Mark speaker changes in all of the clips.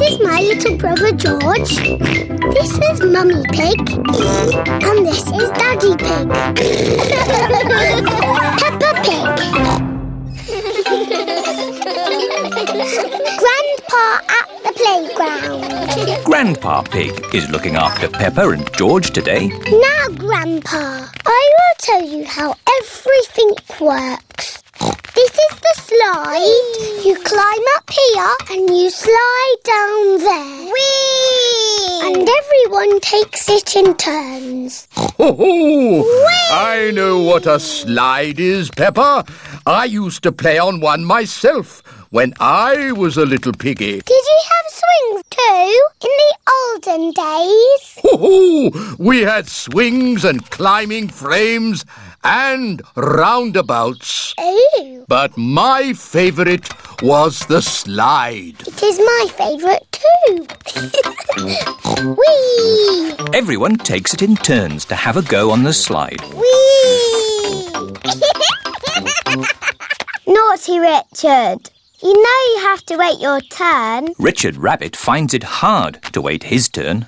Speaker 1: little brother George. This is Mummy Pig. And this is Daddy Pig. Peppa Pig. Grandpa at the playground.
Speaker 2: Grandpa Pig is looking after Pepper and George today.
Speaker 1: Now, Grandpa, I will tell you how everything works. This is the slide. You climb up here and you slide down there. Whee! And everyone takes it in turns.
Speaker 3: Ho ho! Oh, I know what a slide is, Pepper. I used to play on one myself when I was a little piggy.
Speaker 1: Did you have swings too in the olden days?
Speaker 3: Ho ho! Oh, We had swings and climbing frames and roundabouts.
Speaker 1: Ooh,
Speaker 3: But my favourite was the slide.
Speaker 1: it is my favourite too. Whee!
Speaker 2: Everyone takes it in turns to have a go on the slide.
Speaker 1: Whee! Naughty Richard. You know you have to wait your turn.
Speaker 2: Richard Rabbit finds it hard to wait his turn.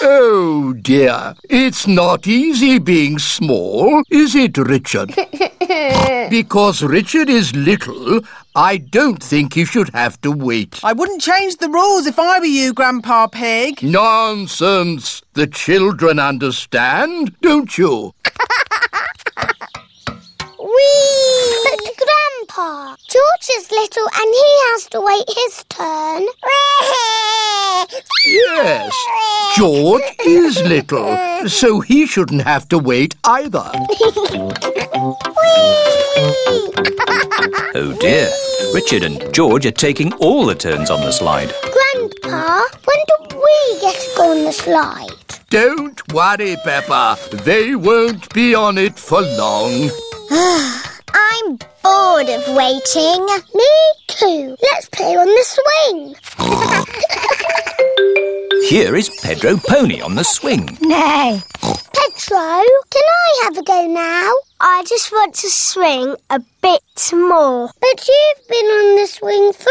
Speaker 3: Oh dear, it's not easy being small, is it, Richard? because Richard is little, I don't think he should have to wait.
Speaker 4: I wouldn't change the rules if I were you, Grandpa Pig.
Speaker 3: Nonsense! The children understand, don't you?
Speaker 1: Whee! But Grandpa, George is little and he has to wait his turn.
Speaker 3: Yes, George is little, so he shouldn't have to wait either.
Speaker 2: Oh dear. Richard and George are taking all the turns on the slide.
Speaker 1: Grandpa, when do we get to go on the slide?
Speaker 3: Don't worry, Peppa. They won't be on it for long.
Speaker 1: I'm bored of waiting. Me too. Let's play on the swing.
Speaker 2: Here is Pedro Pony on the swing.
Speaker 1: No. Petro, can I have a go now? I just want to swing a bit more. But you've been on the swing for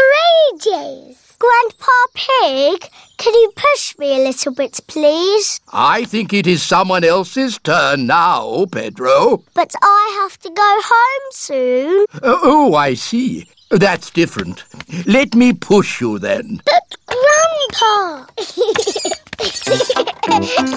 Speaker 1: ages. Grandpa Pig, can you push me a little bit, please?
Speaker 3: I think it is someone else's turn now, Pedro.
Speaker 1: But I have to go home soon.
Speaker 3: Oh, I see. That's different. Let me push you then.
Speaker 1: But Grandpa!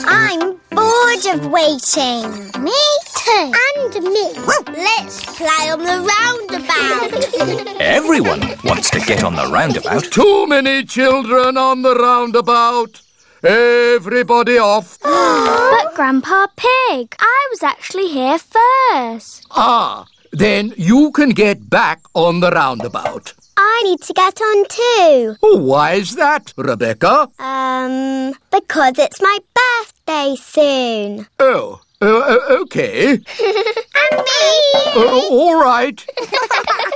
Speaker 1: I'm bored of waiting. Me too. And me. Let's play on the roundabout.
Speaker 2: Everyone wants to get on the roundabout.
Speaker 3: Too many children on the roundabout. Everybody off.
Speaker 5: But Grandpa Pig, I was actually here first.
Speaker 3: Ah, then you can get back on the roundabout.
Speaker 1: I need to get on too.
Speaker 3: Oh, why is that, Rebecca?
Speaker 1: Um, because it's my birthday soon.
Speaker 3: Oh, uh, okay.
Speaker 1: And me!
Speaker 3: Uh, all right.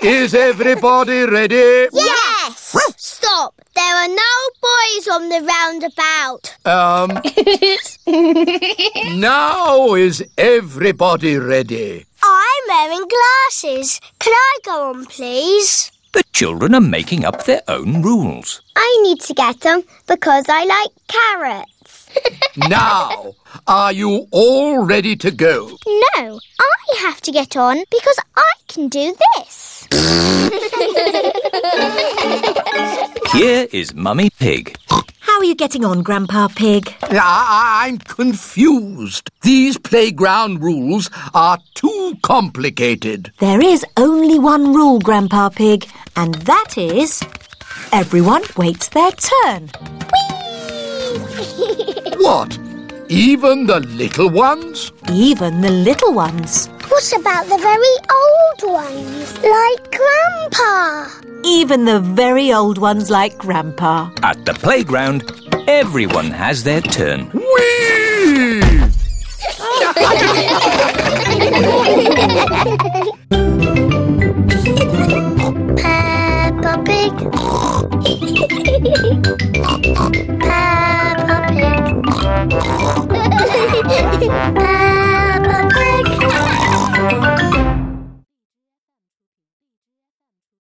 Speaker 3: is everybody ready?
Speaker 1: Yes! Stop! There are no boys on the roundabout.
Speaker 3: Um. now is everybody ready?
Speaker 1: I'm wearing glasses. Can I go on, please?
Speaker 2: The children are making up their own rules.
Speaker 1: I need to get them because I like carrots.
Speaker 3: Now, are you all ready to go?
Speaker 1: No, I have to get on because I can do this.
Speaker 2: Here is Mummy Pig.
Speaker 6: How are you getting on, Grandpa Pig?
Speaker 3: I- I'm confused. These playground rules are too complicated.
Speaker 6: There is only one rule, Grandpa Pig, and that is everyone waits their turn.
Speaker 3: What? Even the little ones?
Speaker 6: Even the little ones.
Speaker 1: what about the very old ones, like Grandpa?
Speaker 6: Even the very old ones like Grandpa.
Speaker 2: At the playground, everyone has their turn.
Speaker 3: Whee!